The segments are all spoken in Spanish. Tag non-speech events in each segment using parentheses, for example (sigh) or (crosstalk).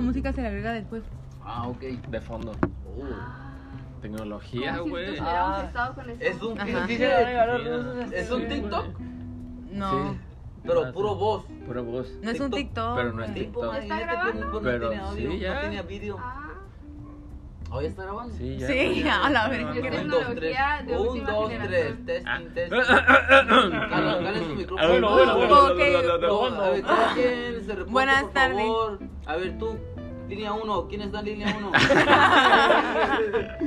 música se le agrega después. Ah, ok. De fondo. Ah. Tecnología, Como si güey. hubiéramos Ah, estado con eso. Es un, Ajá. es- dice- es un TikTok, No, Sí. pero puro voz. Pura voz. no es un TikTok, TikTok. pero no es güey. TikTok. Tipo, ¿Está imagínate, grabando? tiene- no Pero tiene audio, sí, ya. no tenía vídeo. Ah, Hoy está grabando. (laughs) Sí, ya. Sí, (laughs) ya, a la ya, verga, ya, qué ya. tecnología Un, dos, tres. de Un, última dos, tres. generación. Testing, testing. Carlos, (laughs) Ah, dale su micrófono. Ah. Bueno, bueno, bueno, Ok. bueno, No, bueno, a ver, bueno. cada quien se reporte, Buenas por tardes. favor. A ver, tú, línea 1, ¿quién está en línea (laughs) (laughs) 1?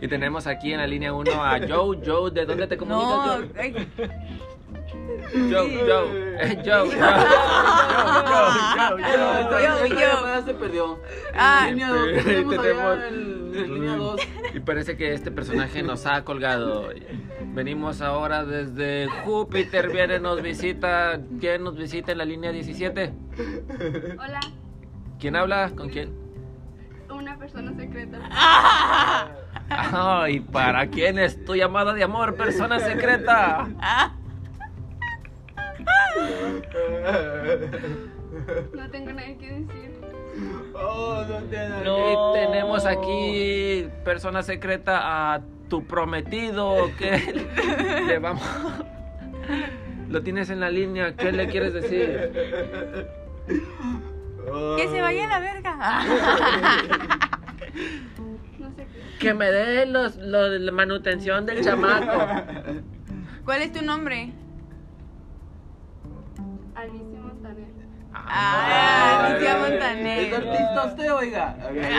Y tenemos aquí en la línea 1 a Joe. Joe, ¿de dónde (laughs) te No, comunicas, Joe? (laughs) ay, Joe, Joe, eh, Joe, Joe, Joe, Joe, Joe. yo, yo. se perdió. Ah. En línea 2, Sí, tenemos tenemos- allá en en (laughs) línea 2. Y parece que este personaje nos ha colgado. Venimos ahora desde Júpiter, viene, nos visita. ¿Quién nos visita en la línea 17? Hola, ¿Quién habla? ¿Con quién? una persona secreta. Ay, ¿para quién es tu llamada de amor, persona secreta? No tengo nada que decir. Oh, no tiene Y Eh, tenemos aquí, persona secreta, a tu prometido. que (laughs) le vamos? Lo tienes en la línea, ¿qué le quieres decir? que se vaya a la verga. (laughs) Ah, No sé qué. Que me dé los, los- la manutención del chamaco. ¿Cuál es tu nombre? Alicia Montaner. Ah, Ay. Alicia ¿Es Montaner. artista usted, oiga? A ver.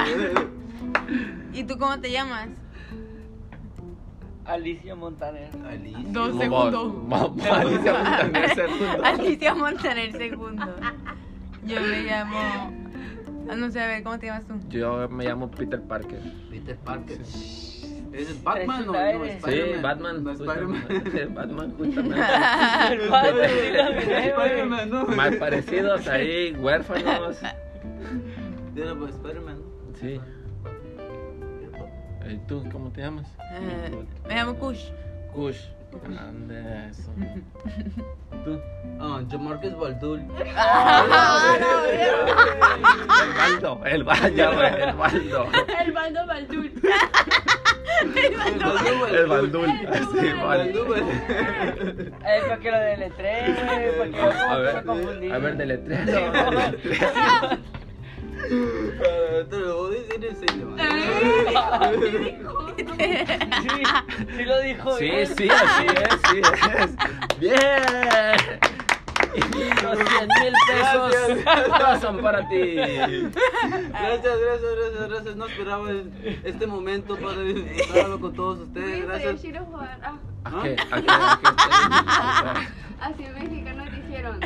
¿Y tú cómo te llamas? Alicia Montaner. Alicia. Dos Vamos, segundos. vamos, Alicia Montaner, segundo. (laughs) Alicia Montaner segundo. Yo me llamo. ah, No sé, a ver, ¿cómo te llamas tú? (laughs) Yo me llamo Peter Parker. Peter Parker. ¿Es Batman o no? Traes un es Sí, Spider-Man. Batman. No, (laughs) justamente. Spider-Man. (laughs) Batman, (laughs) justamente. Spider-Man, no. Más parecidos ahí, huérfanos. Tiene pues Spider-Man. Sí. ¿Y tú cómo te llamas? Eh, me llamo Kush. Kush. Ande eso. (laughs) ¿Tú? Ah, Jamarcus (laughs) Baldul. Ah, no, mira. El baldo, el baldo, el baldo. El bando Baldul. (laughs) El baldul. Sí, Baldul. baldul. Es para que lo Eh, deletree, güey. Para que yo A no me ver, confundí. a ver, Sí, deletreo. no. Ah, Te lo voy a decir en serio. Sí, sí lo dijo. Sí, bien. sí, así es, sí es. Bien. Y los 100 mil pesos todos son para ti. Gracias, gracias, gracias, gracias. No esperaba este momento para disfrutarlo con todos ustedes. Gracias. Yoshiro Juan. Ah, ¿A qué? ¿A qué? ¿A qué? así en mexicano dijeron.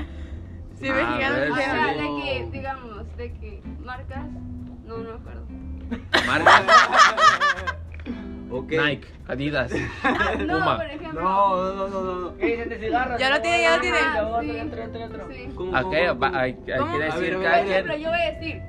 Sí, Ah, A mexicano. ver, O sea, sí. de que, digamos, de que marcas. No, no me acuerdo. (laughs) Marca Ok. Nike, Adidas. Ah, Puma. no, por ejemplo. No, no, no, no. no. ¿Qué dicen de cigarros? Ya lo tiene, ya lo tiene. Otro, Sí. otro, otro, otro. Sí. ¿Cómo, ¿A cómo, qué? cómo, Va- cómo? Hay, hay que ¿Cómo? A ver, a decir ver, Por a cada ver. ejemplo, quien. yo voy a decir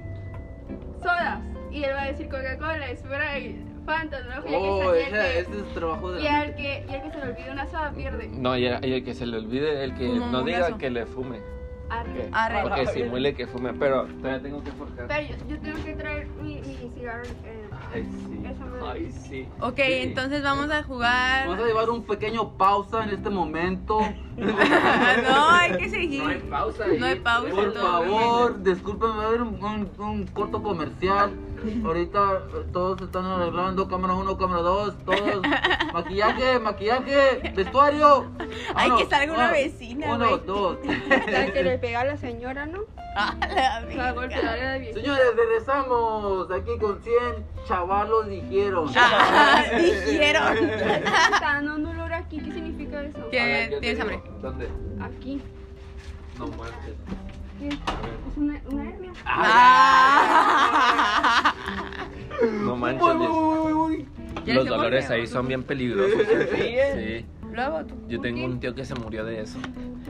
sodas. Y él va a decir Coca-Cola, Sprite, Fanta, ¿no? Y Oh, el que esa, se- y el ese es trabajo que- de y la... al que, y al que se le olvide una soda pierde. No, y el, y el que se le olvide, el que Fuma no un diga brazo. que le fume. Arre. Arre. Porque simule que fume, pero todavía tengo que forjar. Pero yo, yo tengo que traer mi, mi cigarro. eh, Ay, sí. Esa madre. Ay, sí. Ok, entonces vamos a jugar. Vamos a llevar un pequeño pausa en este momento. (laughs) no, hay que seguir. No hay pausa. No hay pausa. Por todo. favor, disculpen, va a haber un, un- un corto comercial. Ahorita eh, todos están arreglando, cámara 1, cámara (laughs) 2, todos. Maquillaje, maquillaje, vestuario. Ay, Uno, que salga una uno, vecina, Uno, güey. dos. La que le pega a la señora, ¿no? (laughs) Ah, la La verga. golpeadora de vieja. Señores, regresamos aquí con 100 chavalos, dijeron. (laughs) Ah, dijeron. Está dando un dolor aquí. ¿Qué significa eso? ¿Qué? ¿Tienes hambre? ¿Dónde? Aquí. No muertes. ¿Qué? Es una, una hernia. Ah. No manches. Uy, uy, uy, uy. Ya Los se dolores golpeó. ahí son bien peligrosos. ¿eh? (laughs) Sí. Luego tú. Yo tengo un tío que se murió de eso.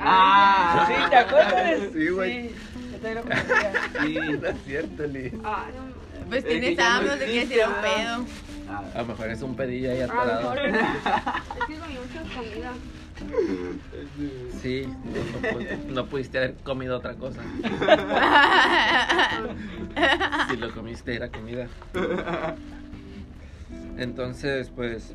Ah, Sí, ¿te acuerdas? Sí, güey. Sí, yo también (laughs) lo conocía. sí. es cierto, Liz. Ah, no. Pues Es que tienes ya no hambre, no te quieres existe, ir a un (laughs) ¿verdad? pedo. (laughs) A lo mejor es un pedillo ahí A lo atorado. mejor. Es que comí mucha comida. Sí, no, no pu- no pudiste haber comido otra cosa. Si lo comiste era comida. Entonces, pues...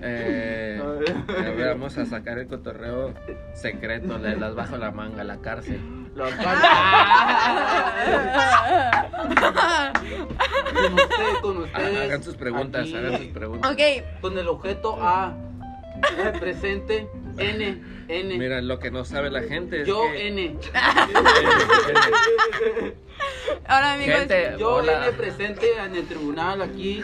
eh, eh, vamos a sacar el cotorreo secreto, le las bajo la manga, la cárcel. La (laughs) cara. Con usted, con ustedes. Hagan sus preguntas, aquí, hagan sus preguntas. Ok, Con el objeto A. Presente. N. N. Mira, lo que no sabe la gente es yo (laughs) que... N. ahora amigos. Gente, Yo hola. N presente en el tribunal aquí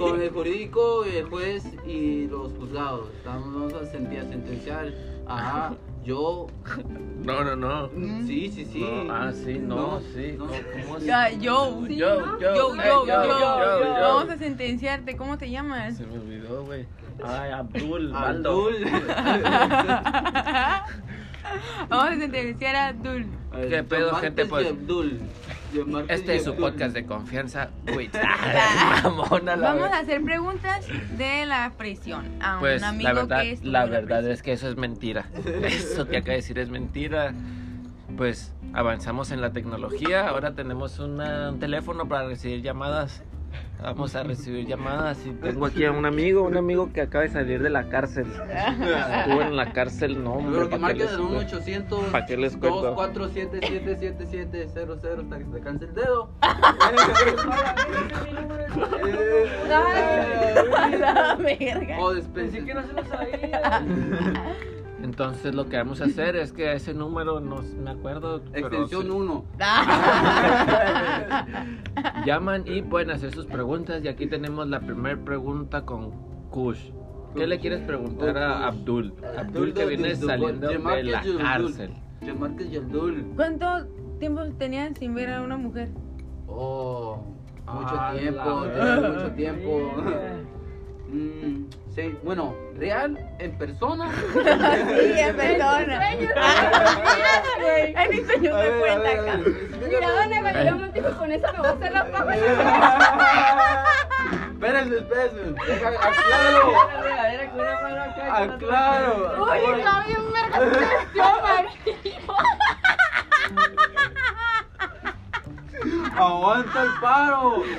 con el jurídico, el juez y los juzgados. Vamos a sentir- a sentenciar a yo. No, no, no. Sí, sí, sí. No, ah, sí, no, sí, no, ¿cómo es? ya, yo. Sí, Yo, yo, ¿no? yo, Yo, yo, eh, yo, yo, yo. Vamos a sentenciarte. ¿Cómo te llamas? Se me olvidó, güey. Ay, Abdul, Baldo. Abdul. (laughs) Vamos a sentenciar a Abdul. (laughs) ¿Qué pedo, Diamantes gente? Pues, y Abdul. Diamantes Este y es su Abdul. podcast de confianza. (laughs) Güey, ah, mamona la Vamos vez. a hacer preguntas de la prisión a Pues un amigo la verdad, que estuvo la en verdad prisión. es que eso es mentira. (laughs) Eso que acaba de decir es mentira. Pues avanzamos en la tecnología. Ahora tenemos una- un teléfono para recibir llamadas. Vamos a recibir llamadas. Y tengo aquí a un amigo, un amigo que acaba de salir de la cárcel. Estuvo en la cárcel, no, hombre, Pero que ¿pa' qué marquen les- el 1 800 ¿Para qué les cuento? 247 777700 hasta que se te canse el dedo. (laughs) A (laughs) la verga. Eh, (laughs) O Pensé que despense. no se lo sabía. Entonces lo que vamos a hacer es que ese número, no s- me acuerdo, pero Extensión sí. 1. llaman y pueden hacer sus preguntas. Y aquí tenemos la primera pregunta con Kush. ¿Qué le quieres preguntar a Abdul? Abdul que viene saliendo de la (laughs) cárcel. Que marques y Abdul. (laughs) ¿Cuánto tiempo tenías sin ver a una mujer? Oh, mucho Ah, la tiempo, verga. tenía mucho tiempo. (laughs) Mm, sí, bueno, real, en persona. Sí, (laughs) en (laughs) persona. Sueños, sueños, güey. En mis sueños A me ver, a cuenta ver, a acá. ver, explícame. Mira, dónde me dio un tipo con esa me voy a hacer la paja. (laughs) Espérense, espérense. Deja- Aclaro, Una regadera con una mano acá y con otra aclaro. Uy, Oye, está bien verga su (laughs) María. Aguanta el paro. acá. Se,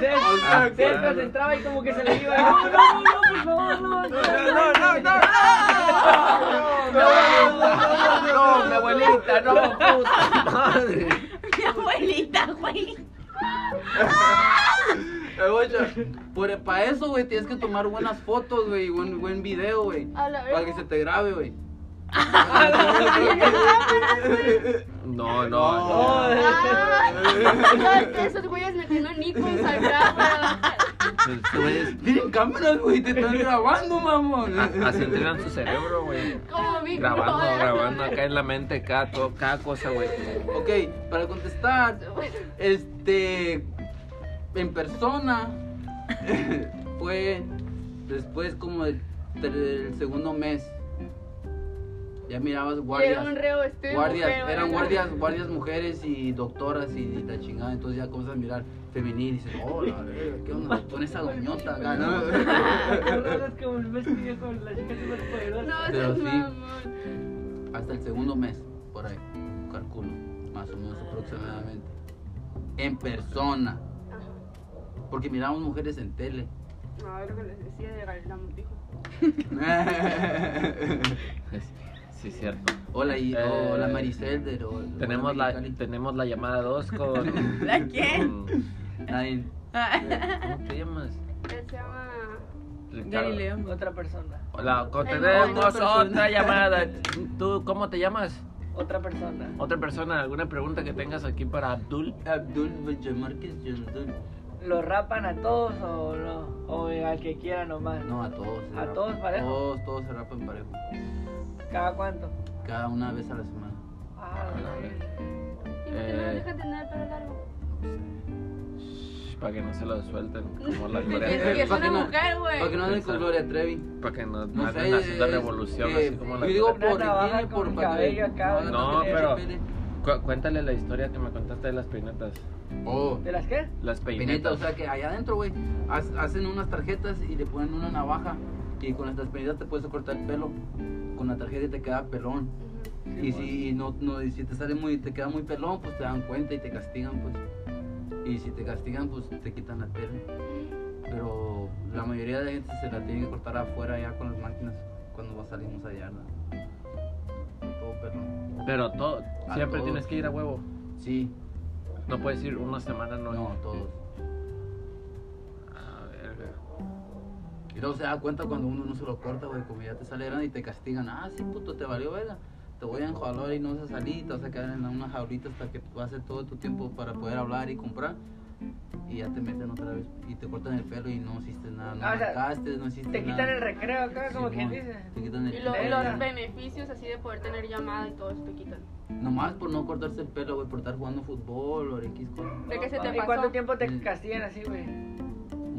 se Aclaro. concentraba y como que se le iba. No, no, no, por favor, no. No, no. no, no, no. No, mi abuelita, no, puta madre. Mi abuelita, güey. Eh, oye, por, para eso, güey, tienes que tomar buenas fotos, güey, buen, buen video, güey. A la Para que verga. se te grabe, (laughs) güey. No, no, No. no. (laughs) Ah, esos güeyes metiendo Nico en Sagrada. Ustedes Tienen cámaras, güey, te están grabando, mamón. a- Ah, así entrenan su cerebro, güey. Como mi Grabando, (laughs) brother. grabando acá en la mente cada, to- cada cosa, güey. Ok, para contestar, este, en persona, (laughs) fue después como del, del segundo mes. Ya mirabas Y Era un guardias. reo estoy Guardias, mujer, eran ¿verdad? guardias, guardias mujeres y doctoras y, la chingada, entonces ya comienzas a mirar femenil y dices, oh, la verga, ¿qué onda con esa doñota acá, no?" (laughs) (laughs) No, es como un vestido con la chica superpoderosa. No, Pero eso es sí. mamón. Hasta el segundo mes, por ahí, calculo, más o Ah. menos aproximadamente. En persona. Porque miramos mujeres en tele. (laughs) No, es lo que les decía de Galilamo, dijo. Sí, cierto. hola, y, Eh, hola Maricelder. o- Tenemos hola, la, Mexicali. tenemos la llamada 2 con... ¿La quién? con- Nadie. ¿Cómo te llamas? Él se llama. Ricardo. Galileo. Otra persona. Hola, con- Ay, tenemos no, otra otra persona. llamada. ¿Tú cómo te llamas? Otra persona. ¿Otra persona? ¿Alguna pregunta que tengas aquí para Abdul? Abdul Márquez Abdul. ¿Lo rapan a todos o no? O al que quiera nomás. No, a todos. se ¿A rapan. todos parejo? Todos, todos se rapan parejo. ¿Cada cuánto? Cada una vez a la semana. Ah, ¿Y por qué no Eh. deja tener el pelo largo? Shh, Para que no se lo suelten, como la Gloria Es que Trevi. es una mujer, Para que güey. no anden con Gloria Trevi. Para que no No anden sé, haciendo es- revolución, eh, así como la Yo digo Gloria Una por eh. navaja higiene, por con para que- cabello acá, No, que- pero- que- Cu- Cuéntale la historia que me contaste de las peinetas. Oh. ¿De las qué? Las Peineta, peinetas. o sea que allá adentro, güey, haz- hacen unas tarjetas y le ponen una navaja y con estas peinetas te puedes cortar el pelo. con la tarjeta y te queda pelón. Y si, y no, no, y si te sale muy, te queda muy pelón, pues te dan cuenta y te castigan, pues. Y si te castigan, pues te quitan la tele. Pero la mayoría de la gente se la tiene que cortar afuera ya con las máquinas cuando va- salimos allá, ¿verdad? Todo pelón. Pero todo, A siempre todos. tienes que ir a huevo. Sí, No puedes ir una semana, no. no, todos. A ver, Y luego se da cuenta cuando uno no se lo corta, güey, como ya te sale grande y te castigan. Ah, sí, puto, te valió verga. Te voy a enjualar y no vas a salir, y te vas a quedar en una jaulita hasta que pase todo tu tiempo para poder hablar y comprar. Y ya te meten otra vez y te cortan el pelo y no hiciste nada, no Ah, o sea, marcaste, no hiciste Te nada. quitan el recreo acá, como Simón, quien dice. Te quitan el Y lo- pelo. los beneficios así de poder tener llamada y todo eso te quitan. Nomás por no cortarse el pelo, güey, por estar jugando fútbol o X cosa. ¿De qué se te ¿Y cuánto pasó? tiempo te Mm. castigan así, (laughs) güey?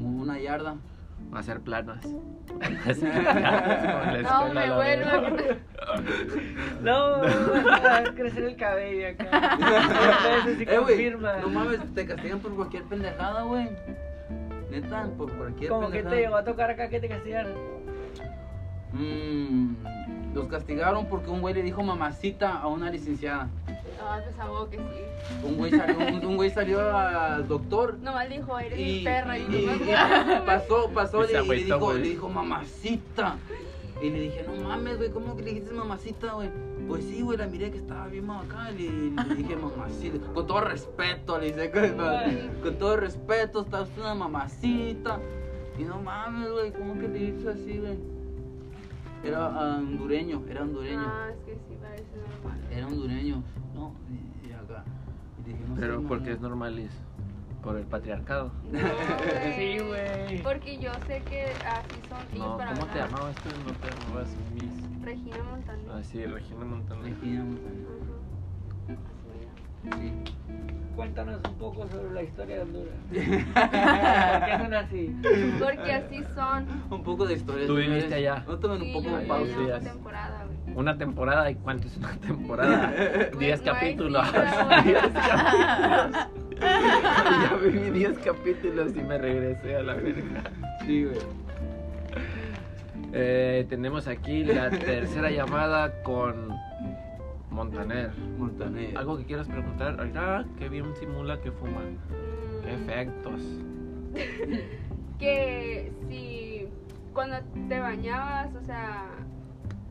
Una yarda. Va a ser planas. (laughs) Va a ser planas con la No, escuela, me la vuelvo verdad. a quitar. No, vas a crecer el cabello acá. Eso (laughs) sí Eh, güey, confirma. No mames, te castigan por cualquier pendejada, güey. Neta, por cualquier Como que pendejada. te llegó a tocar acá que te castigan. Mm, los castigaron porque un güey le dijo mamacita a una licenciada. (laughs) Ah, pues a vos que sí. Un güey salió, un, un güey salió al doctor Nomás dijo, eres y, mi perra. Y, y- (laughs) nomás- (laughs) y pasó, pasó Y se le- y le, agüitó, dijo, güey. le dijo mamacita. Y le dije, no mames, güey, ¿cómo que le dijiste mamacita, güey? Pues sí, güey, la miré que estaba bien mamacá y le, le dije mamacita. Con todo respeto, le dije, con, con todo respeto, estás una mamacita. Y no mames, güey, ¿cómo que le dijiste así, güey? Era ah, hondureño, era hondureño. Ah, es que sí, parece normal. Era hondureño. No, y, y acá. Y dije, no Pero sé, porque es mamá. normal Liz? por el patriarcado. No, güey. Sí, güey. Porque yo sé que así son ellos No, para ¿cómo te hablar. llamabas tú? No te llamabas Miss. Regina Montaner. Ah, sí, Regina Montaner. Regina Montañez, Ajá. Así era. sí. Cuéntanos un poco sobre la historia (laughs) de Honduras. ¿Por qué son así? Porque así son. Un poco de historia. Tú viviste señores. allá. No tomen un Sí, poco yo de viví pausa. en otra sí, así. temporada, güey. Una temporada, ¿y cuánto es una (laughs) temporada? Pues Güey, Diez no hay capítulos. (laughs) fibra, güey. Diez capítulos. Ya viví diez capítulos y me regresé a la verga. Sí, güey. Eh, tenemos aquí la tercera llamada con Montaner. Montaner. ¿Algo que quieras preguntar? Mira, qué bien simula que fuma. Mm, Qué efectos. Que si cuando te bañabas, o sea,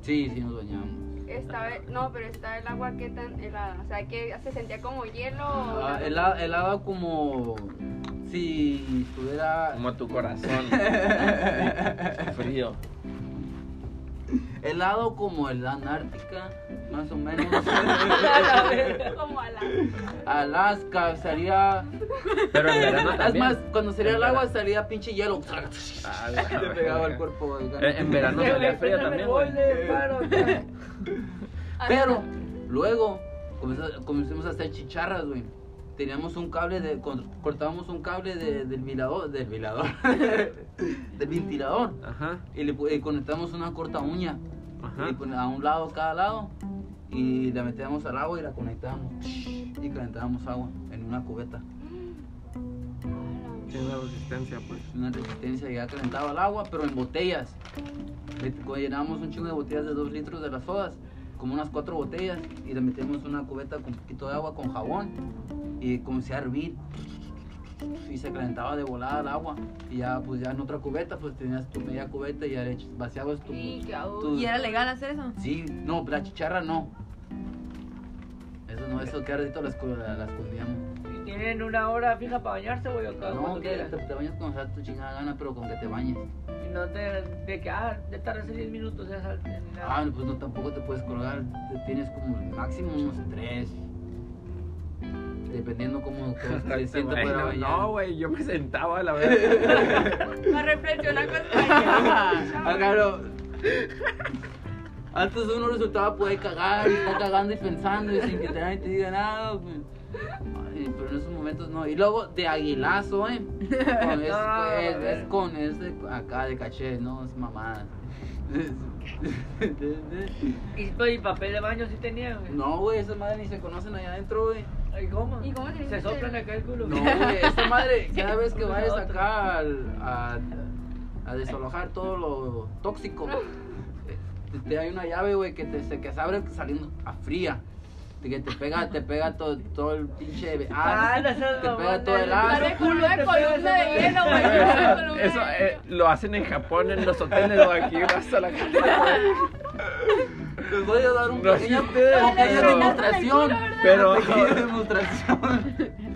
Sí, sí, nos bañamos. estaba no, pero estaba el agua que tan helada, o sea, que se sentía como hielo. o Ah, la- hela- helado como. Si (laughs) estuviera. Como tu corazón. Frío. Helado como el Antártica, más o (laughs) menos. (laughs) como a la Alaska, sería. Pero en verano Es también. más, cuando salía el agua verano. salía pinche hielo. (laughs) Ah, la Le pegaba el verga. cuerpo. oiga. Eh, en verano Güey, salía frío cuéntame, también, güey, güey. le paro acá. Pero luego comenzó- comenzamos a hacer chicharras, güey. Teníamos un cable de. con- Cortábamos un cable de- del vilador. Del vilador. (laughs) del ventilador. Ajá, Y le pu- y conectamos una corta uña. ajá. Y pone- a un lado, cada lado. Y la metíamos al agua y la conectábamos. Y calentábamos agua en una cubeta. Tiene la resistencia, pues. Una resistencia y ya calentaba el agua, pero en botellas. Le- co- Llenábamos un chingo de botellas de 2 litros de las sodas, como unas 4 botellas, y le metíamos una cubeta con un poquito de agua con jabón. Y comencé a hervir. Y se calentaba de volada el agua. Y ya, pues ya en otra cubeta, pues tenías tu media cubeta y ya le ech- vaciabas tu. Sí, que aún- tu- ¿Y era legal hacer eso? Sí, no, la chicharra no. Eso no, eso que ahorita las, cu- la- la escondíamos. ¿Y tienen una hora fija para bañarse, güey, o cada No, cuánto que quieran? te, te bañas con sal tu chingada gana, pero con que te bañes. Y no te... De que, ah, de tardarse 10 minutos ya salte ni nada. Ah, pues no, tampoco te puedes colgar. Te tienes como máximo unos tres. Dependiendo cómo cómo te sientas Bueno, para no, bañar. güey, yo me sentaba a la verga. Para (laughs) reflexionar con Ah, (laughs) Ah, claro. Antes uno resultaba poder cagar y está cagando y pensando y sin que nadie te diga nada. pues. Ay, pero en esos momentos no. Y luego de aguilazo, ¿eh? Con- es, No, es- güey. es con es de acá de caché, no es mamada. (laughs) ¿Y, pues, y papel de baño sí tenían, güey? No, güey, esas madres ni se conocen allá adentro, güey. ¿Y cómo? ¿Y cómo te ¿Se hiciste? soplan acá el culo? No, (laughs) güey, esa madre, cada vez que Una vayas otra. (laughs) acá al- a, a desalojar todo lo tóxico, te- eh, te- hay una llave, güey, que, te, se- que se abre saliendo a fría. De que te pega, te pega todo, todo el pinche. Ah, no seas te mamón, pega todo el el aro. Sale con una Te columna pegas, de hielo, güey. una (laughs) columna de Eso hielo. eh, lo hacen en Japón, en los hoteles, o aquí vas a la casa. Les voy a dar un No, pequeño sí, pedo, una pero- pequeña demostración. Pero Una pequeña (laughs) (laughs) demostración.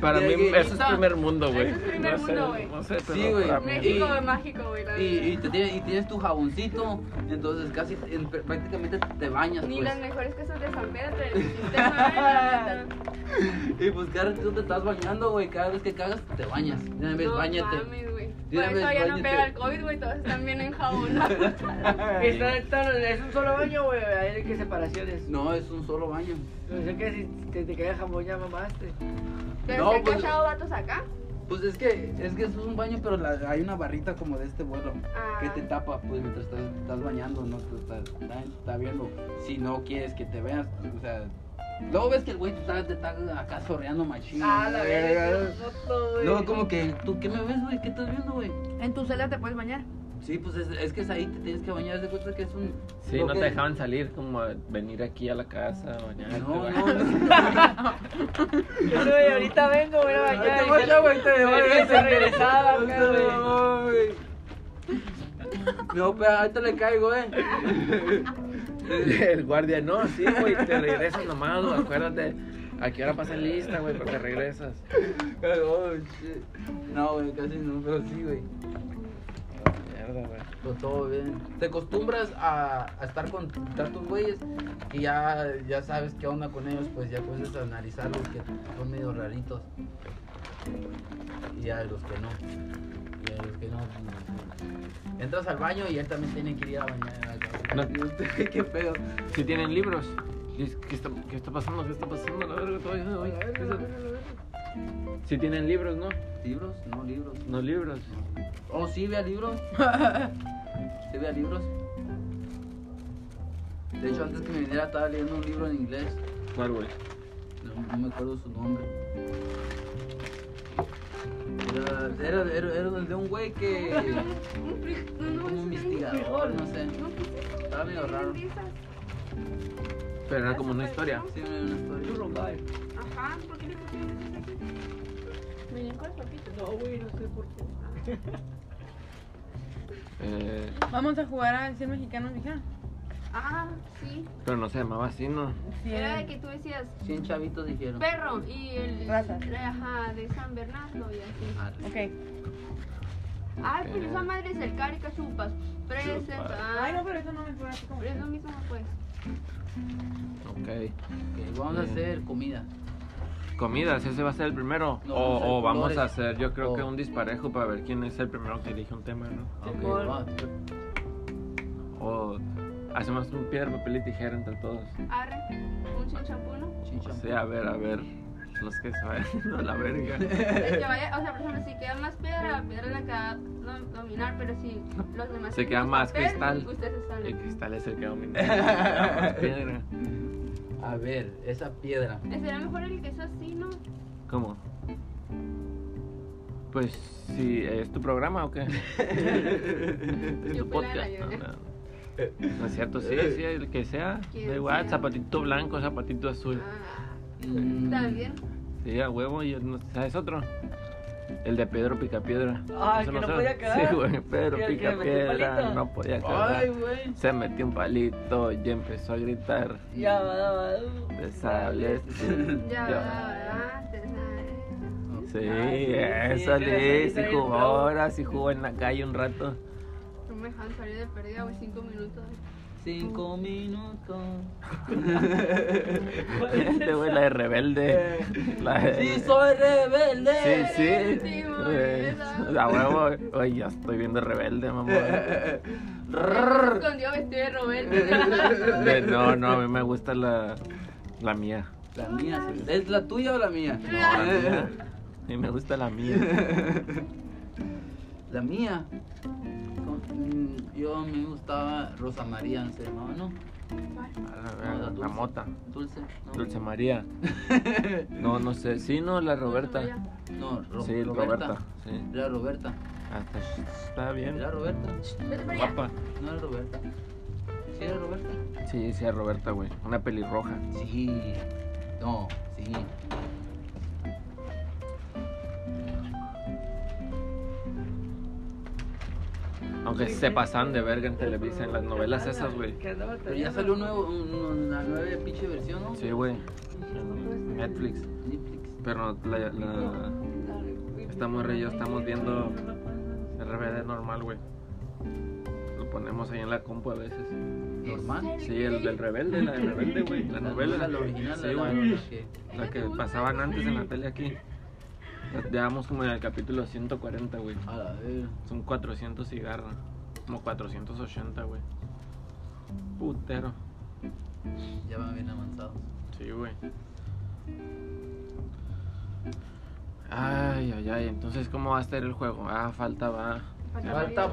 para De mí que- eso es primer mundo, güey. Eso es primer No sé, mundo, güey. No sé, pero Sí, güey. para mí- México Y- es mágico, güey. la Y, y, verdad. te tiene- y tienes tu jaboncito, entonces casi en- prácticamente te bañas. Ni pues. las mejores casas de San Pedro te te (laughs) saben, la neta. Y pues cada vez que tú te estás bañando, güey, cada vez que cagas, te bañas. De una vez, No bañate. mames, güey. De Por una eso vez, ya báñate. no pega el COVID, güey. Todos están (laughs) bien enjabonados. Está, está- es un solo baño, güey. Hay que separaciones. No, es un solo baño. Pensé que si te, te cae jamón ya mamaste. Pero No, se han pues- cachado vatos acá. Pues es que es que es un baño, pero la- hay una barrita como de este vuelo Ah. que te tapa, pues mientras estás, estás bañando, no te está, nadie te está viendo. Si no quieres que te veas, o sea, luego ves que el güey te está, te está acá sorreando machín. Ah, la verga. qué roto, güey. Luego como que, ¿tú qué me ves, güey? ¿Qué estás viendo, güey? En tu celda te puedes bañar. Sí, pues es, es que es ahí, te tienes que bañar, haz de cuenta que es un... Sí, lo no que- te dejaban salir, como a venir aquí a la casa, bañarte. No, güey. no, no. Yo, güey, ahorita vengo, voy a bañar. Ah, Te vaya, güey, te Me devuelves. regreso, regresaba acá, No, güey. güey. No, pero ahorita le caigo, eh. (laughs) El guardia, no, sí, güey, te regresas nomás, güey, acuérdate. ¿A qué hora pasa lista, güey? Pero te regresas. Oh, shit. No, güey, casi no, pero sí, güey. Mierda, güey. Pero todo bien. Te acostumbras a, a estar con tantos güeyes que ya, ya sabes qué onda con ellos, pues ya puedes analizarlos que son medio raritos. Y hay los que no. Y hay los que no. pues, no. Entras al baño y él también tiene que ir a bañar. No. (laughs) ¿Qué pedo? Si tienen libros. Dices, ¿Qué está, qué está pasando? ¿Qué está pasando? La verga, todavía, A güey. la verga, a la verga, a la verga. Si tienen libros, ¿no? ¿Libros? No, libros. No libros. Oh, sí, vea libros. Sí, vea libros. De hecho, antes que me viniera estaba leyendo un libro en inglés. ¿Cuál, güey? No, no me acuerdo su nombre. Era, era, era, era de un güey que. Un fri- Como un investigador, no sé. pues, Estaba medio raro. Sí, Pero era como una historia. era una historia. Ajá, ¿por qué no te Venían con los papitos. No, güey, no sé por qué. Eh, Vamos a jugar a 100 mexicanos, mija. Ah, sí. pero no se llamaba así, ¿no? Era de que tú decías 100 chavitos dijeron. perro y el. Raza. Ajá, de San Bernardo y así. Arre. Ok. Ay, pero esa madre es el carica chupas. Presenta. Ay, no, pero eso no me fue así como. Pero es lo mismo, pues. Ok. Ok, vamos a Bien. hacer comida. Comidas, ese va a ser el primero. No, o vamos a hacer o vamos colores. a hacer, yo creo O- que un disparejo para ver quién es el primero que elige un tema, ¿no? Ok, Simón. va. O hacemos un piedra, papel y tijera entre todos. Arre, un chinchapuno. (laughs) O Chinchampú. sea, a ver, a ver. Los que saben, (laughs) no la verga. (laughs) El que vaya, o sea, por ejemplo, si queda más piedra, la piedra la queda dom- dominar, pero si los demás. Se queda tienen más papel, cristal. Ustedes se El salen. cristal es el que domina. (laughs) La piedra. A ver, esa (laughs) piedra. Sería mejor el que es así, ¿no? ¿Cómo? Pues si es tu programa o (laughs) qué? es Yo tu fui la de podcast. la No, llorona. no. No es cierto, sí, sí, el que sea. Quien Da igual, sea. zapatito blanco, zapatito azul. Ah, Mm. También. Sí, a huevo, y no, ¿sabes otro? El de Pedro Picapiedra. Ah, Eso que no sé. podía quedar. Sí, güey, Pedro Que- que metió un Picapiedra, palito. no podía Ay, quedar. güey. Se metió un palito y empezó a gritar. Ya, va, ya, va. De sables. Ya, Ya. va, te sale. Sí, Ah, sí, sí, eso sí, le sí, sí, sí, jugó sí. horas y jugó en la calle un rato. No me dejan salir de perdida, güey, cinco minutos. Cinco (laughs) minutos. Este güey, la de rebelde. La de... Eh. Sí, soy Sí, rebelde. sí. Sí, güey, Eh, esa. A huevo. Oye, ya estoy viendo rebelde, mamá. Se Rrrr. Escondió vestido de Roberto. (laughs) (laughs) Eh, No, no, a mí me gusta la, la mía. La mía, sí. ¿es la tuya o la mía? No, la mía. A mí me gusta la mía. La mía. Mm, Yo me gustaba Rosa María, se llamaba, ¿no? A la la verga, La dulce. mota. Dulce. No, Dulce María. No, no sé. Sí, no, la Roberta. no Ro- Sí, Roberta. Roberta. Sí. Era Roberta. Hasta está bien. Era Roberta. Vete para allá. Guapa. No era Roberta. ¿Sí era Roberta? Sí, sí, a Roberta, güey. Una pelirroja. Sí. No, sí. Aunque se pasan de verga en Televisa, en las novelas esas, güey. Ah, Que andaba Pero ya tallando. salió un nuevo, un- una nueva pinche versión, ¿no? Sí, güey. En Netflix. Netflix. Pero la, la- Estamos re- yo estamos viendo- RBD normal, güey. Lo ponemos ahí en la compu a veces. Este, Normal. Sí, el del rebelde, la del rebelde, güey. La novela. La original, Sí, la, güey. la que- La que pasaban antes en la tele aquí. Llevamos como en el capítulo 140, güey. A la ver. Son 400 cigarros. Como 480, güey. Putero. Ya van bien avanzados. Sí, güey. Ay, ay, ay. Entonces, ¿cómo va a estar el juego? Ah, falta va. Falta Falta.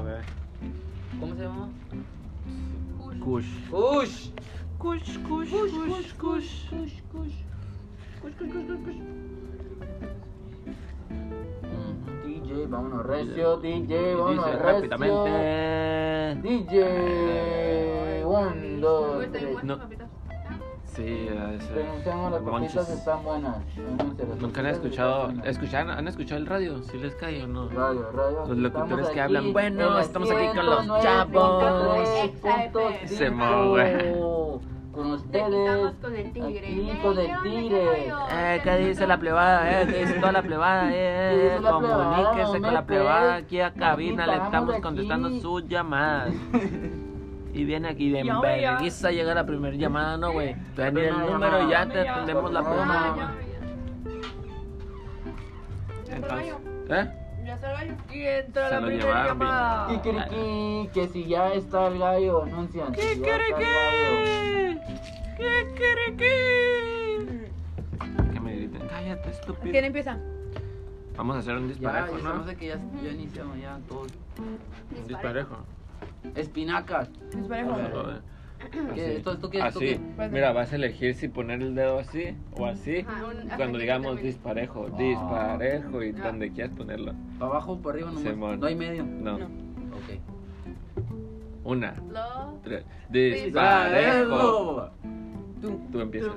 ¿Cómo se llama? Kush. ¡Ush! Cush, cush, cush, cush. DJ, vámonos recio, DJ, vámonos Dice recio. rápidamente. Ah, DJ, un, dos, Ahorita hay tres. buenas No. papitas. Sí, a ese. Pronunciamos las papitas Monchis. están buenas. Pronúncialas, las Nunca han papitas escuchado. están buenas. ¿escuchan, ¿Han escuchado el radio? ¿Sí les cae o no? Radio, radio. Los locutores estamos que hablan, aquí bueno, en la estamos aquí con los 109.3 chavos. Se mueve. Con ustedes. Estamos con el tigre. Aquí con el ¿Qué onda? tigre. ¿Qué rollo? Eh, ¿qué dice la plebada? Eh, ¿qué (laughs) dice toda la plebada? ¿Qué Eh, dice la plebada? comuníquese No con me la plebada pegues. aquí a cabina, le Aquí estamos estamos contestando aquí. sus (laughs) llamadas. Y viene aquí de Ya, güey, ya. enverguiza, llega la primera llamada, ¿no, güey? Te dan el Primera número y ya llamada. te atendemos la (laughs) Primera Ah, pluma. llamada. ya, Entonces, ¿eh? ya. Ya se va yo. Y entra Se la lo primera llevaron, güey. llamada. Kikiriki, que si ya está el gallo, anuncian. si ya está el gallo. ¡Kikiriki! ¡Kikiriki! Que me griten, cállate, estúpido. ¿Quién empieza? Vamos a hacer un Pues Ya, disparejo, ya ¿no? no sé que ya, ya iniciamos ya todos. Un disparejo. Espinacas. Disparejo. A ver. Así. ¿Qué? ¿Esto- esto qué es? ¿Esto Así. qué? Ah, Mira, vas a elegir si poner el dedo así o así. Ajá, un- hasta Cuando que digamos termine. disparejo, Ah. disparejo y Ah. donde quieras ponerlo. Para abajo, para arriba, nomás. Simón. No hay medio. No. No. Ok. Una, Lo- tres. Disparejo. ¡Parejo! Tú empiezas.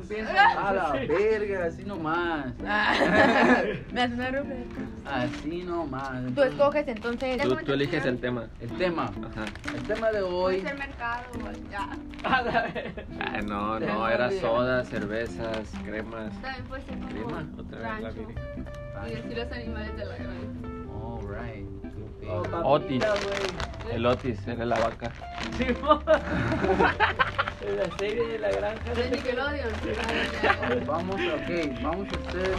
A la verga, así nomás. Ah, (laughs) Me haces una ruleta. Así nomás. Tú escoges entonces. Tú, tú eliges el tema. El tema. Ajá. El tema de hoy. Puede ser mercado, güey, ya. Ah, no, no, era soda, cervezas, cremas. También puede ser como Crema, otra vez la rancho. vi. Y decir los animales de la granja. Alright. Oh, ok. papita, Otis. güey. (laughs) El Otis, era la vaca. Simón. En (laughs) la serie de la granja. De Nickelodeon. Ah, Vamos, ok, vamos a hacer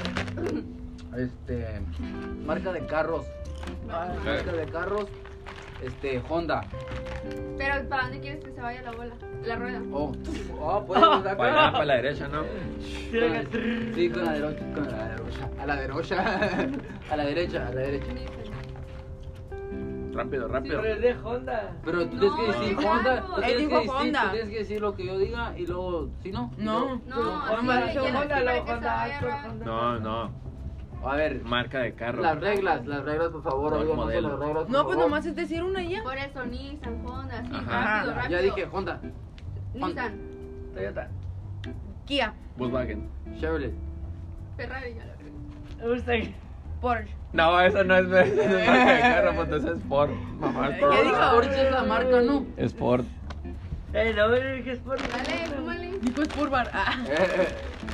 (clears throat) este marca de carros. ya. Marca de carros, este Honda. Pero ¿para dónde quieres que se vaya la bola? La rueda. Oh, oh puedes dar Para allá, para la derecha, ¿no? Sí, con la derecha, con la derecha, a la derecha, (laughs) a la derecha, a la derecha. Rápido, rápido. Pero es de Honda. Pero tú tienes que No, decir claro. Honda, tú Él tienes, dijo que decir, Honda. tú tienes que decir lo que yo diga y luego, si no. No. No, Honda, no, sí, ya Honda, para la que se Honda, vaya Accord, rápido. Honda. No, no. A ver, Marca de carro. las reglas, las reglas, por favor, Buen oigan, no se modelo. las reglas. por No, pues favor. nomás es decir una y ya. Por eso Nissan, Honda, sí, Ajá. rápido, rápido. Ya dije Honda, Nissan, Toyota. Kia, Volkswagen. Chevrolet. Ferrari, ya la creo. Me gusta que- Porsche. No, eso no es marca de carro, pues entonces es Ford. Mamá, es Ford. ¿Qué dijo? Porsche es la marca, ¿no? Es Ford. Eh, no, yo dije es por. Dale, fúmale. Nico es Purbar. Ah. Eh,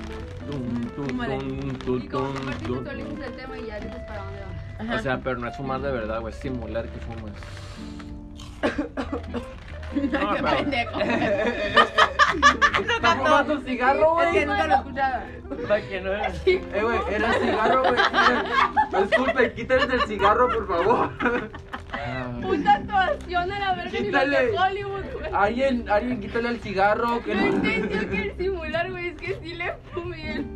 (laughs) Tum, tum, Vale. tum, Y tum, como tum, compartiste tum. tú eliges el tema y ya dices para dónde (laughs) va. Ajá. O sea, pero no es fumar de verdad, güey. Es simular que fumas. Qué pero- pendejo. Está fumando cigarro, Es que güey. nunca lo he escuchado. Para que no. Eh, güey, era cigarro, güey. Disculpen, quítense el cigarro, por favor. Puta actuación a la verga ni la de Quítale. Hollywood, güey. Alguien, alguien quítale el cigarro. Que No no... entendió (laughs) que el simular, güey, es que sí le fumé el...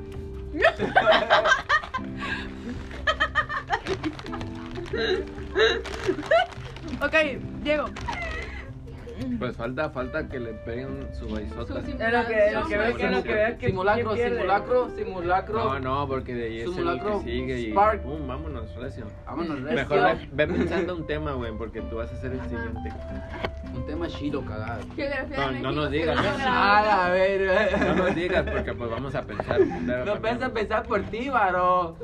Ok, Diego. Pues falta, falta que le peguen su Su baisota. Es lo que, lo que veo, que lo que veo que. Simulacro, ¿quién pierde? simulacro, simulacro. No, no, porque de ahí es el que Simulacro. sigue y. Spark. ¡Pum! Vámonos, recio. Vámonos, recio. Mejor ve, ve pensando un tema, güey, porque tú vas a ser el Ajá. siguiente. Un tema chido, cagado. Geografía No, de no México, nos digas. Ah, segundo A grado. la verga. No nos digas porque pues vamos a pensar. No piensa empezar por ti, (laughs) varo.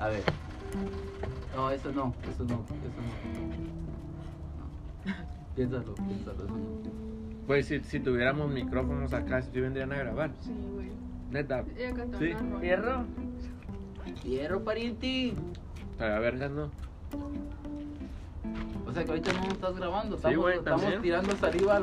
A ver. No, eso no, eso no, eso no. No. Piénsalo, piénsalo, eso no. Pues si, si tuviéramos micrófonos acá, sí vendrían a grabar. Sí, güey. Neta. Yo canto Sí. una rola. ¿Fierro? Quiero pariente. Para vergas, no. O sea que ahorita no estás grabando, Sí, estamos, güey, estamos también. tirando saliva.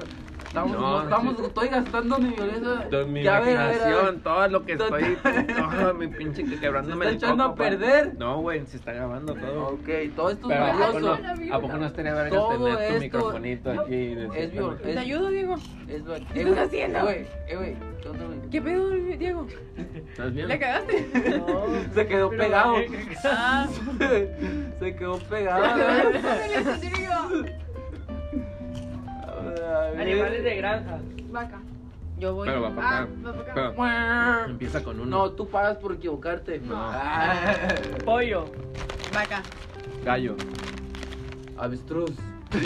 Estamos, No, no, estamos, sí. estoy gastando mi violencia. Todo mi Ya, a ver, a ver, a ver. imaginación, todo lo que Total. estoy. (laughs) Todo mi pinche que quebrándome Se está el echando coco, a pa. perder. Pues No, güey, se está grabando todo. Ok, todo esto es Pero ¿a poco, valioso. no, ¿a poco no estaría vergas Todo tener tu esto- microfonito aquí? de- Es viol- ¿Te ayudo, Diego? Es va- ¿Qué eh, estás güey, haciendo? eh, güey, eh, güey, ¿qué onda, güey? (laughs) ¿Qué pedo, Diego? ¿Estás bien? ¿La cagaste? (laughs) No. Se quedó Pero- pegado. Ah, Se quedó pegado. (laughs) (laughs) Animales de granja. Vaca. yo voy. Pero va para Ah, acá. va para acá. Pero empieza con uno. No, tú pagas por equivocarte. No. Ah. Pollo. Vaca. Gallo. Avestruz. (laughs)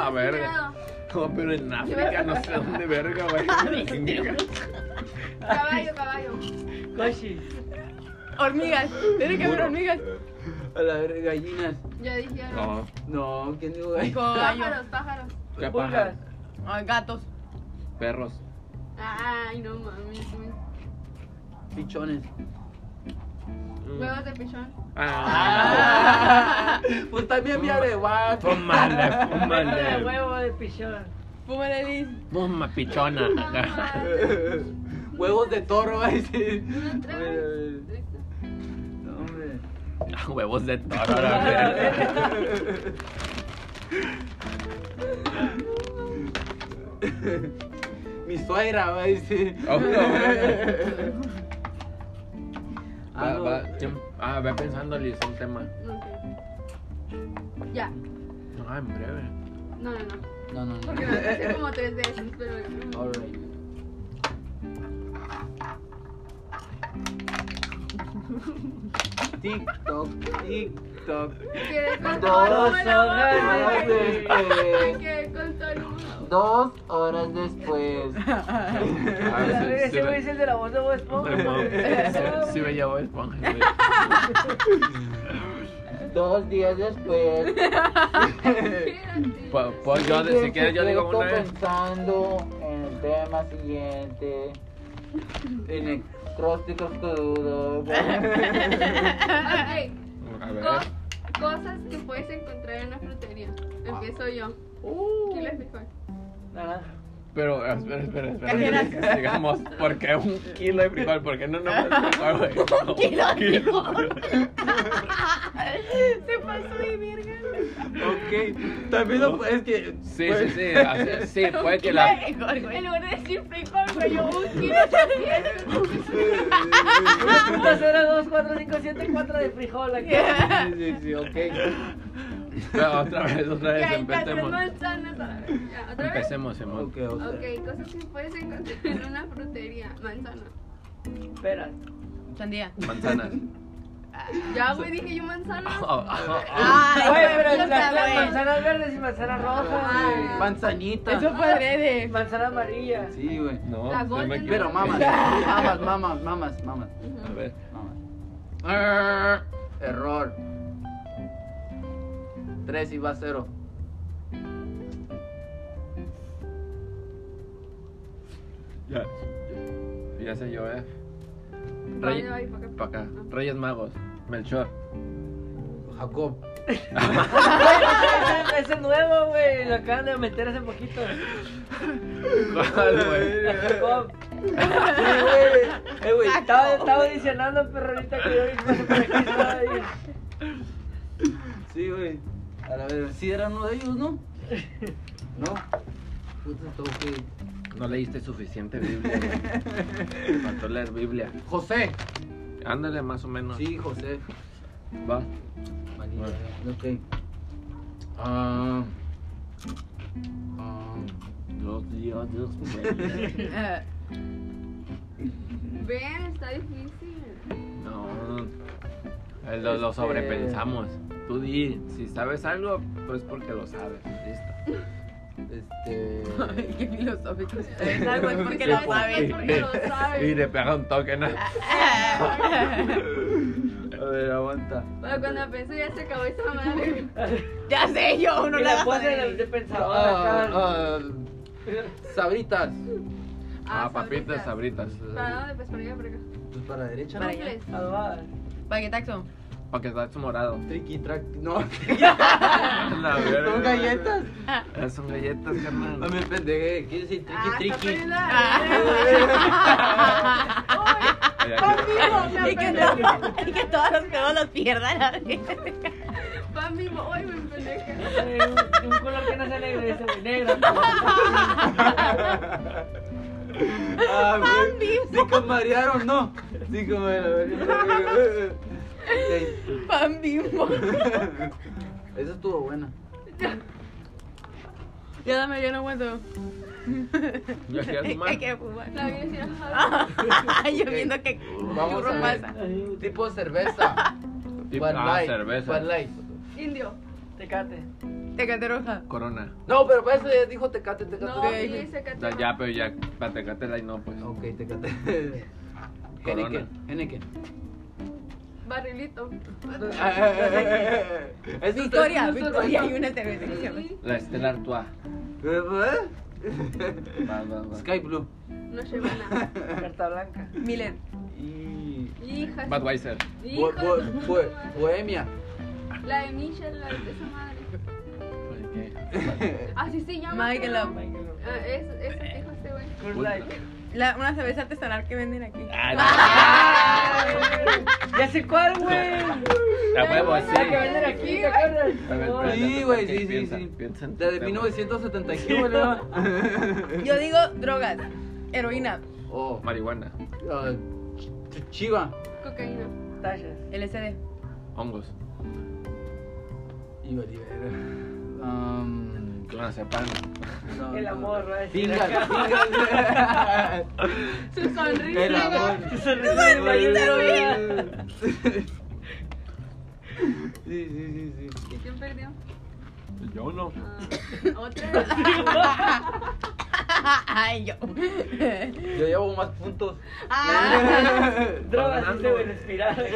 A ver. No, pero en África, no sé dónde verga, (laughs) güey. Caballo, caballo. Cochi. Hormigas. Tiene que haber Burro. hormigas. A la verga, gallinas. Ya dije algo. No, No, ¿quién dijo gallinas? Caballo. Pájaros, pájaros. qué Pulgas. paja. Ah, gatos. Perros. Ay, no mames. güey. Pichones. Huevos de pichón. Mm. Ah. Ah. Pues también mira de guapo. Fumale, Huevo de fumale. huevo de pichón. Puma Liz. (laughs) (laughs) Puma pichona. Ah, Huevos de toro, ahí sí. (laughs) no traes. No, hombre. (laughs) Ah, Huevos de toro, (laughs) la verga. Mi suegra, va a decir. Oh, no, (laughs) Ah, Va, no. va, sí. Ah, ve pensando, Liz, un tema. Ok. Ya. Ah, en breve. No, no, no. No, no, (laughs) Porque lo pensé como tres veces, pero. Alright. TikTok, TikTok. Quedé con Dos horas Torúmulo, güey. después. Quedé con Torúmulo. Dos horas después. Ah, sí, sí, Ese este güey ve- es el de la voz de Bob Ay, Esponja. mo- Oh. (laughs) sí- Sí me llevó esponja, (laughs) güey. Dos días (laughs) después. Espérate. Pu- Pues yo, de- si quieres, yo digo una vez. pensando en el tema siguiente. En acrósticos crudos. Ok. A Co- ver. cosas que puedes encontrar en una frutería. Empiezo yo. Uh. ¿Quién es mejor? Naranja. Pero, ah, espera, espera, espera. Cajeras. (laughs) Digamos, ¿por qué un kilo de frijol? ¿Por qué no no (laughs) Un kilo de frijol. Se pasó de verga. (laughs) ok. También lo es que. pues. Sí, sí, sí. así- Sí, puede que la. En lugar de decir frijol, güey, yo un kilo de Una Puta 0, 2, 4, 5, 7, 4 de (laughs) frijol aquí. Sí, sí, sí, ok. Pero otra vez, otra Y vez. ahí está, tres Empecemos. manzanas a la vez. Ya, ¿Otra vez? Empecemos, Simón. Ok, ok. Ok, cosas que puedes encontrar en una frutería. Manzana. Espera. Sandía. (laughs) Manzanas. Ya, güey, dije yo manzana. Oh, oh, oh. Ay, Güey, pero puta, las las güey. manzanas verdes y manzanas rojas. Ah. Manzanita. Eso fue y adrede. Manzana amarilla. Sí, güey. No, La se Golden me quedó- Pero mamas, (laughs) mamas, mamas, mamas, mamas. Ujú. A ver. Ah. mamas. Error. Tres y va cero. Ya. Ya sé yo, eh. Vale, Rey... vale, pa' acá. Pa' acá. Reyes Magos. (laughs) Melchor. Jacob. Ese- Ese es nuevo, güey. Lo acaban de meter hace poquito. ¿Cuál, güey? Bob. Sí, güey. Eh, güey, Estaba, estaba adicionando, pero ahorita que yo vi que se por aquí estaba (laughs) ahí. Sí, güey. A la ver, sí era uno de ellos, ¿no? No. Puta, tengo que- No leíste suficiente Biblia, güey. (laughs) Faltó leer Biblia. José. Ándale, más o menos. Sí, José. Va. Malita. Bueno. Ok. Ah. Ah. Dios, Dios, Dios. güey. Eh, Ven, está difícil. Este No. Eh, Lo, lo sobrepensamos. tú di, si sabes algo, pues porque lo sabes. Listo. Este. Ay, Qué filosófico. ¿Sabes algo? Es porque Sí, lo sí, sabes. sí. Porque lo sabes. Y le pega un toque, ¿no? A ver, aguanta. Bueno, cuando pensé ya se acabó esa madre. ya sé yo, uno Y la la pose de, sabe. de pensador acá. Ah, ah, sabritas. Ah, papitas, sabritas. sabritas. Ah. ¿Para dónde? Pues para allá, para acá. Pues para la derecha, Para ¿no? allá. Rufles. Adobada. ¿Para qué taxo? Porque está su morado. Triqui, track. No, La (laughs) verga. son galletas. Ah, Son galletas, No carnal. me pendeje. ¿Quieres decir Ah, triqui, está triqui? perdida. Ah. (laughs) y, que todo- y que todos los pedos los pierdan. la verga. Pan vivo, hoy me pendeja. Eh, un- Un color que no sea negro, ese güey, negro. Ah, güey. Sí, camarearon, no. Sí, camarearon. Ok. Pan bimbo. Esa estuvo buena. Ya dame, yo no aguanto. Yo quiero (laughs) fumar. Hay que fumar. (laughs) La iglesia. yo Ok. viendo que Vamos churro a ver. pasa. Tipo cerveza. (laughs) Tipo- One ah, Life, cerveza. One Life. Indio. Tecate. Tecate roja. Corona. No, pero para eso ya dijo tecate, tecate. No, Ok. sí, O sacate. sea, ya, pero ya, patecatela y no, pues. Ok, (laughs) tecate. Corona. Henneken, (laughs) Henneken. Barrilito. Es Victoria, Victoria. Hay una cerveza que se llama. Sí. La Estela Artois. Va, va, va. ¿Eh? (laughs) Sky Blue. No lleva nada. Carta blanca. Miller. Y. Hija. Budweiser. Bo- Hijo de bo- su bo- madre. Bohemia. La de Michelle, la de esa madre. Eh. Así se llama. Michael creo. Love. Ah, es, es, dijo este güey. Good life. La, una cerveza artesanal que venden aquí. Ah, (laughs) Ya sé cuál, güey. A huevo, sí. La que venden aquí, ¿te acuerdas? Oh, A ver, espérate, Sí, güey, porque sí, sí, piensa, sí. piensa en tu Desde tema. 1975, (laughs) ¿verdad? Yo digo drogas, heroína, Oh, Marihuana, ah, ch- Chiva. Cocaína. Tallas. LSD. hongos, Y Bolívar. Um, clonazepam, no, El no. amor, va a decir (laughs) Pingas, acá. pingas. Su sonrisa. El amor. Sí, sí, sí, sí. ¿Y quién perdió? Yo no. Ah, Otra. (laughs) Ay, yo. Yo llevo más puntos. (laughs) Ah. Drogas, sí se güey, respirar. (laughs)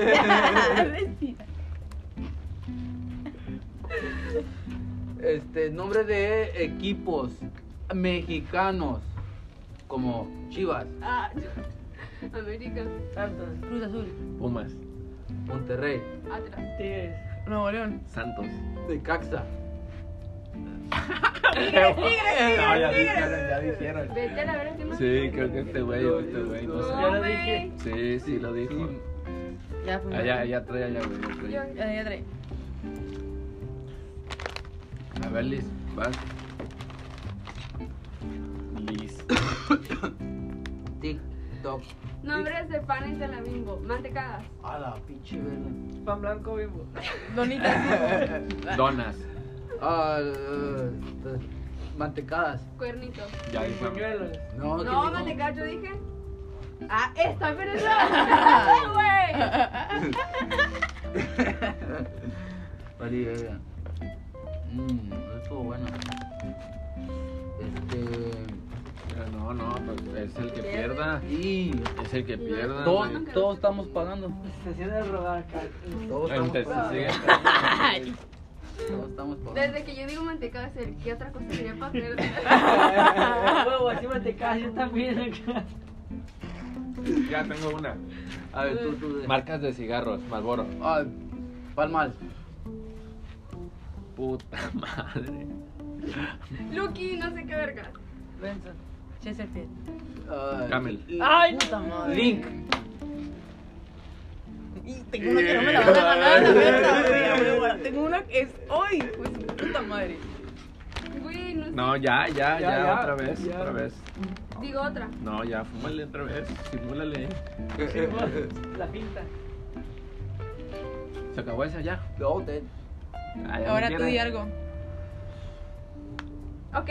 Este, nombre de equipos mexicanos como Chivas, Ah, América. Santos, Cruz Azul, Pumas, Monterrey, Atrás. Tigres. Nuevo León. Santos. Caxa. No, ya dijeron, ya dijeron. Vete a la verga que no Sí, creo que este güey, o este güey, no Ya sé. lo güey. dije. Sí, sí, lo dijo. Ya fue. Ah, Allá, allá trae, allá, güey. allá trae. Yo- Ya, ya trae. A ver, Liz, vas. Liz. TikTok. Nombres de panes de la bimbo. Mantecadas. A la pinche verga. Pan blanco bimbo. Donitas. Donas. Ah, eh, eh, mantecadas. Cuernitos. Ya dijo. Pañuelos. No, ¿quién No, dijo? mantecadas, yo dije. Ah, esta, pero (laughs) esa. güey. Vale, verga. Mmm, estuvo bueno. Este. Pero No, no, pues es el que pierda. Y. Es el que pierda. Todos, güey. todos estamos pagando. Se hacían el robar acá. Todos estamos Entonces, pagando. sigue. (laughs) Todos estamos pagando. Desde que yo digo mantecadas, el- ¿qué otra cosa sería para (laughs) hacer? Huevo, así mantecadas, yo también acá. Ya tengo una. A ver, tú, tú. de- Marcas de cigarros, Marlboro. Ah, Palmal. Puta (laughs) madre. Lucky, no sé qué verga. Benson. Chesterfield. Ah, Camel. L- Ay, Puta madre. Link. Y tengo una que no me la van a ganar, la verdad, güey, a huevo. Tengo una que es hoy. Pues puta madre. Güey, no sé. No, ya, ya, ya, Ya, ya, otra vez, ya. otra vez. Digo otra. No, ya, fúmale otra vez, simúlale. Eh, La pinta. Se acabó esa ya. No, te- Ah, ya no Ahora tú quiero. di algo. Ok.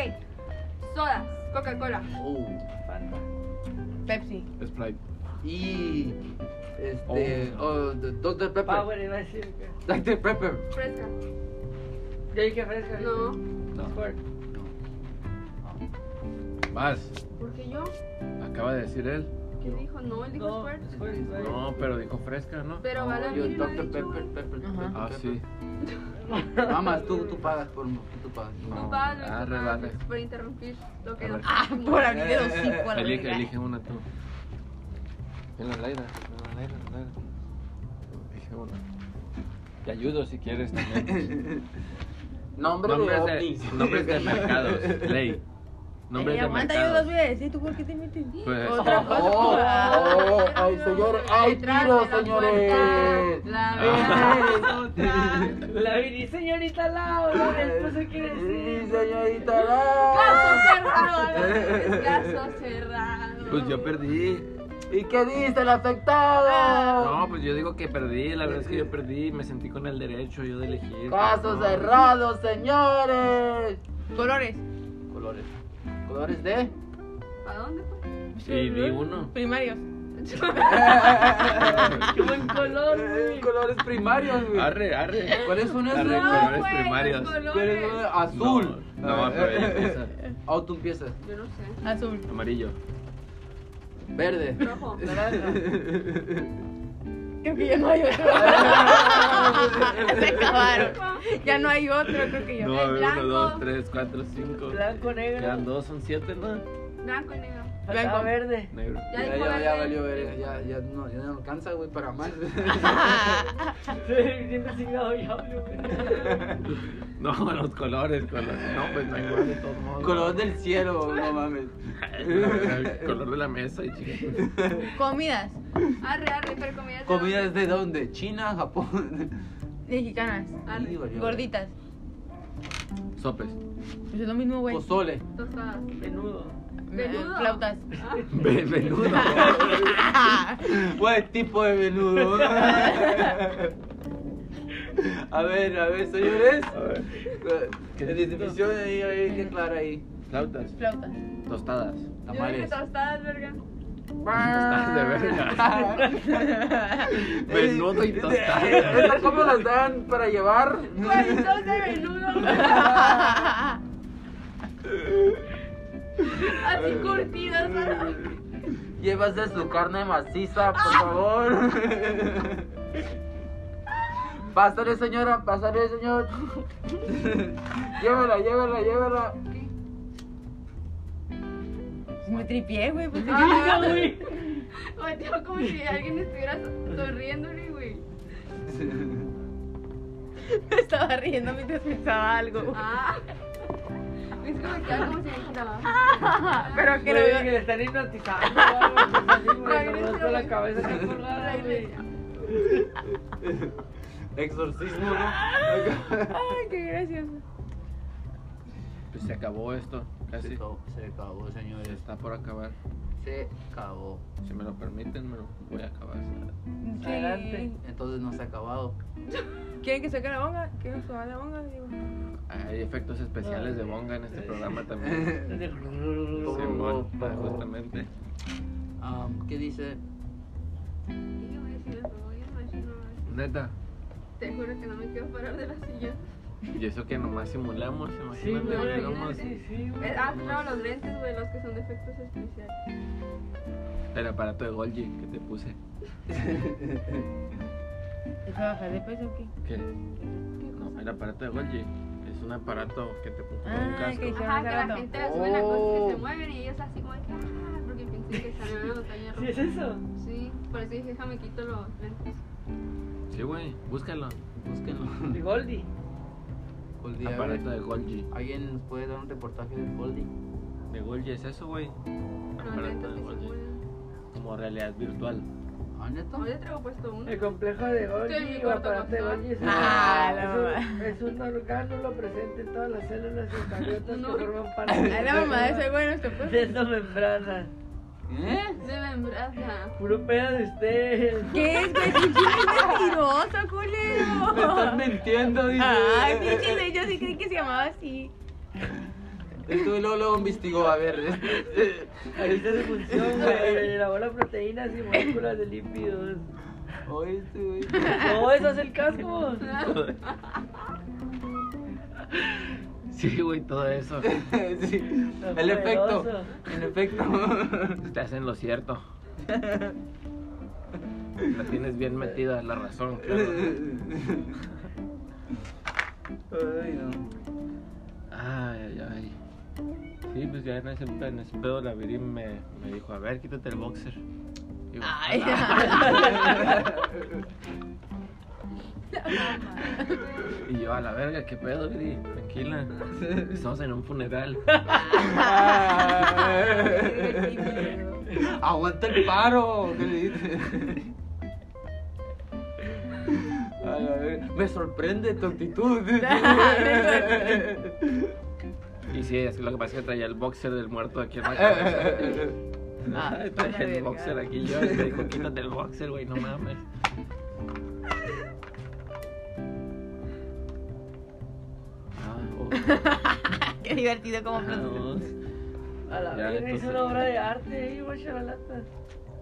Sodas. Coca-Cola. Oh. Fanta. Pepsi. (laughs) Sprite. y este oh, d- Dr Pepper. Power iba a decir que. Dr Pepper. Fresca. Yo dije fresca. No. No. Sport. Vas, Porque yo, acaba de decir él. ¿quién dijo? No, él dijo No, Squirt. Sport, Sport. No, pero dijo fresca, ¿no? Pero va la yo misma, Dr dicho, Pepper, güey. Pepper. Ajá. Dr. Ah, Pepper. sí. Mamas, tú, tú pagas por mí, tú pagas. (laughs) Tú No, pagas, arre, tú pagas, vale. por interrumpir lo que Arre. no. Ah, por (laughs) abrir el hocico a la Elige, verga. elige una tú. En la Laira, en la Laira, en la Laira. Elige una. Te ayudo si (laughs) quieres también. Nombre de Nombres de, ovnis. nombres de mercados, ley. (laughs) Nombres Ey, de aguanta, yo los mercados. voy a decir, ¿tú por qué te metes? Pues- Otra cosa. Oh, oh, ay, señor, señor, ay, Detrás tiro, de la señores. puerta, La Ah. verdad es otra. La vi, señorita Laura, (laughs) después se quiere Sí, decir. señorita Caso Lau. cerrado. es Caso cerrado. Pues yo perdí. ¿Y qué dice el afectado? Ah. No, pues yo digo que perdí, la verdad es que yo perdí, me sentí con el derecho yo de elegir. Caso No. cerrado, señores. Colores. Colores. ¿Colores de? ¿A dónde fue? Y di uno. Primarios. Qué buen color, güey. Eh, colores primarios, Arre, arre. ¿Cuáles son esos? Arre, No, colores güey, los primarios. colores. Azul. Ah. No, no, pero ya (laughs) empieza. Auto empieza. Yo no sé. Azul. (laughs) (laughs) Amarillo. Verde. Rojo. (laughs) Creo que ya no hay otro. Se acabaron. Ah, Ya no hay otro, creo que ya No, no a hay. ver, blanco. uno, dos, tres, cuatro, cinco. Blanco, Quedan negro. dos, son siete, ¿no? Blanco y negro. Faltaba verde. (laughs) Negro. Ya, Ya dijo ya, verde. ya valió verga, ya, ya no, ya no alcanza, güey, para (laughs) más. (laughs) Estoy bien designado ya, güey. (laughs) No, los colores, colores. No, pues no hay más de todos modos. Color del cielo, no mames. (laughs) El color de la mesa y chicas. (laughs) Comidas Arre, arre, pero comida de ¿Comidas de dónde? ¿China, (laughs) Japón? mexicanas. Arre. Sí, valió. Gorditas. (laughs) Sopes. Pues es lo mismo, güey. Pozole. Tostadas. Menudo. (laughs) menudo. Flautas. Ah, Ve- Menudo. Buen tipo de (laughs) menudo. (laughs) A ver, a ver, señores. A ver. ¿Qué definición ahí, ahí, qué clara ahí. Flautas. (laughs) Flautas. (laughs) Tostadas. Yo dije Tamales. (laughs) tostadas, verga. Tostadas de verga. (laughs) Menudo y (laughs) tostadas. ¿Estas (laughs) cómo las dan para llevar? (laughs) Cuadritos de menudo. güey. Así curtidas. ¿no? Llévase su carne maciza, por favor. Pásale, señora, pásale, señor. llévela, llévela, llévela. Me tripié, güey. (laughs) Pues, (laughs) Ah, Uy, güey, tío, como si alguien estuviera sonriéndole, güey. me estaba riendo mientras pensaba algo. güey. Ah. (laughs) Es como que algo se me quitaba. Pero que que lo que veo. le están hipnotizando. güey, güey, Regresa. nomás con la cabeza así colgada, güey. Regresa. Exorcismo, Ah, ¿no? Ay, qué gracioso. Pues se acabó esto, casi. se acabó, señores. Está por acabar. Se acabó. Si me lo permiten, me lo voy a acabar. Sí. Adelante. Entonces no se ha (laughs) acabado. ¿Quieren que saque la bonga? ¿Quieren que suba la bonga? Digo. Hay efectos especiales de bonga en este programa también. (laughs) Así. Simón, justamente. Am, ¿Qué dice? Y yo voy a decir eso, voy a imaginar. Neta. Te juro que no me quiero parar de la silla. Y eso que nomás simulamos, Sí, imagínate. güey, digamos, sí, sí, güey. Eh, Ah, claro, los lentes, güey, los que son de efectos especiales. el aparato de Golgi que te puse. ¿Te puedo bajar de peso o qué? ¿Qué? No, el aparato de Golgi. Es un aparato que te pone un Ah, casco. que- Ajá, que la rato. gente le sube las cosas que se Oh. mueven y ellos así como de que, ah, porque pensé que estaban en una montaña ¿Sí es rusa. eso? Sí, por eso dije, déjame quito los lentes. Sí, güey, búscalo. (laughs) De Búsquenlo. Goldie. Goldie, a ver, aparato de Golgi. ¿Alguien nos puede dar un reportaje del Goldie? De Golgi es eso, güey. Los Aparato lentes de que Golgi. simulan. Como realidad virtual. ¿Ah, neta? Hoy le traigo puesto uno. El complejo de Estoy Golgi muy o aparato de corto, Golgi es, Ah, un- la es un- es un orgánulo presente en todas las células eucariotas No. que forman parte A la mamá de ese güey no se puede. de esta membrana. ¿Eh? De membrana. Puro pedo de usted. ¿Qué es, güey? ¡Pinche mentiroso, Me están culero! mintiendo, dice. Ay, pinche yo sí creí que se llamaba así. Estuve luego, luego investigó, a ver. este, Ahí está su función, (laughs) güey. Elabora proteínas y moléculas de lípidos. Oye, este, güey. (laughs) No, eso es el casco. Sí, güey, todo eso. Sí, el efecto. El efecto. Estás en lo cierto. La tienes bien metida la razón, claro. Ay, no. Ay, ay, ay. Sí, pues ya en ese, en ese pedo la Viri me, me dijo, a ver, quítate el boxer. Digo, "Ah, Ay. Y yo, a la verga, qué pedo, Viri, tranquila. Estamos en un funeral. (laughs) Aguanta el paro, ¿qué le dices? A la verga. Me sorprende tu (laughs) actitud. Y sí, es que lo que pasa es que traía el boxer del muerto aquí en la cabeza. Eh, Ah, Ay, traía el boxer aquí yo. Y me dijo, quítate el boxer, güey, no mames. Ah, oh, (laughs) Qué divertido como ah, procesa. oh. A la Ya, verga, hizo entonces- una obra de arte ahí, guacha la lata.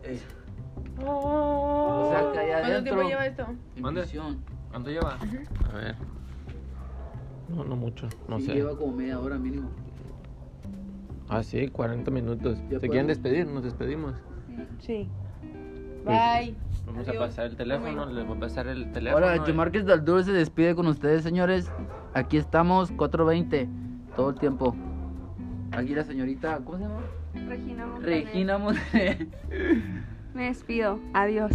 Eh, O Oh. sea, que allá ¿Cuánto tiempo adentro. lleva esto? Mande. Emisión. ¿Cuánto lleva? A ver. No, no mucho, no Sí, sé. Lleva como media hora mínimo. Ah, sí, 40 minutos. Ya ¿Se quieren podemos. despedir? Nos despedimos. Sí. Pues, Bye. Vamos a Adiós. pasar el teléfono, Bye. les voy a pasar el teléfono. Ahora, que Márquez Daldur se despide con ustedes, señores. Aquí estamos, 4.20, todo el tiempo. Aquí la señorita, ¿cómo se llama? Regina Montaner. Regina Monterrey. Me despido. Adiós.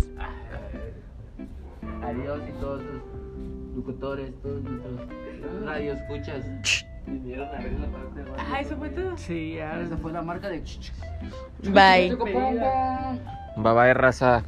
Adiós y todos los locutores, todos nuestros Ah. radio escuchas. Vinieron a ver la parte de Ah, eso fue todo. Sí, ya. Esa fue la marca de... Bye. Chocopom, pom. Bye bye, raza.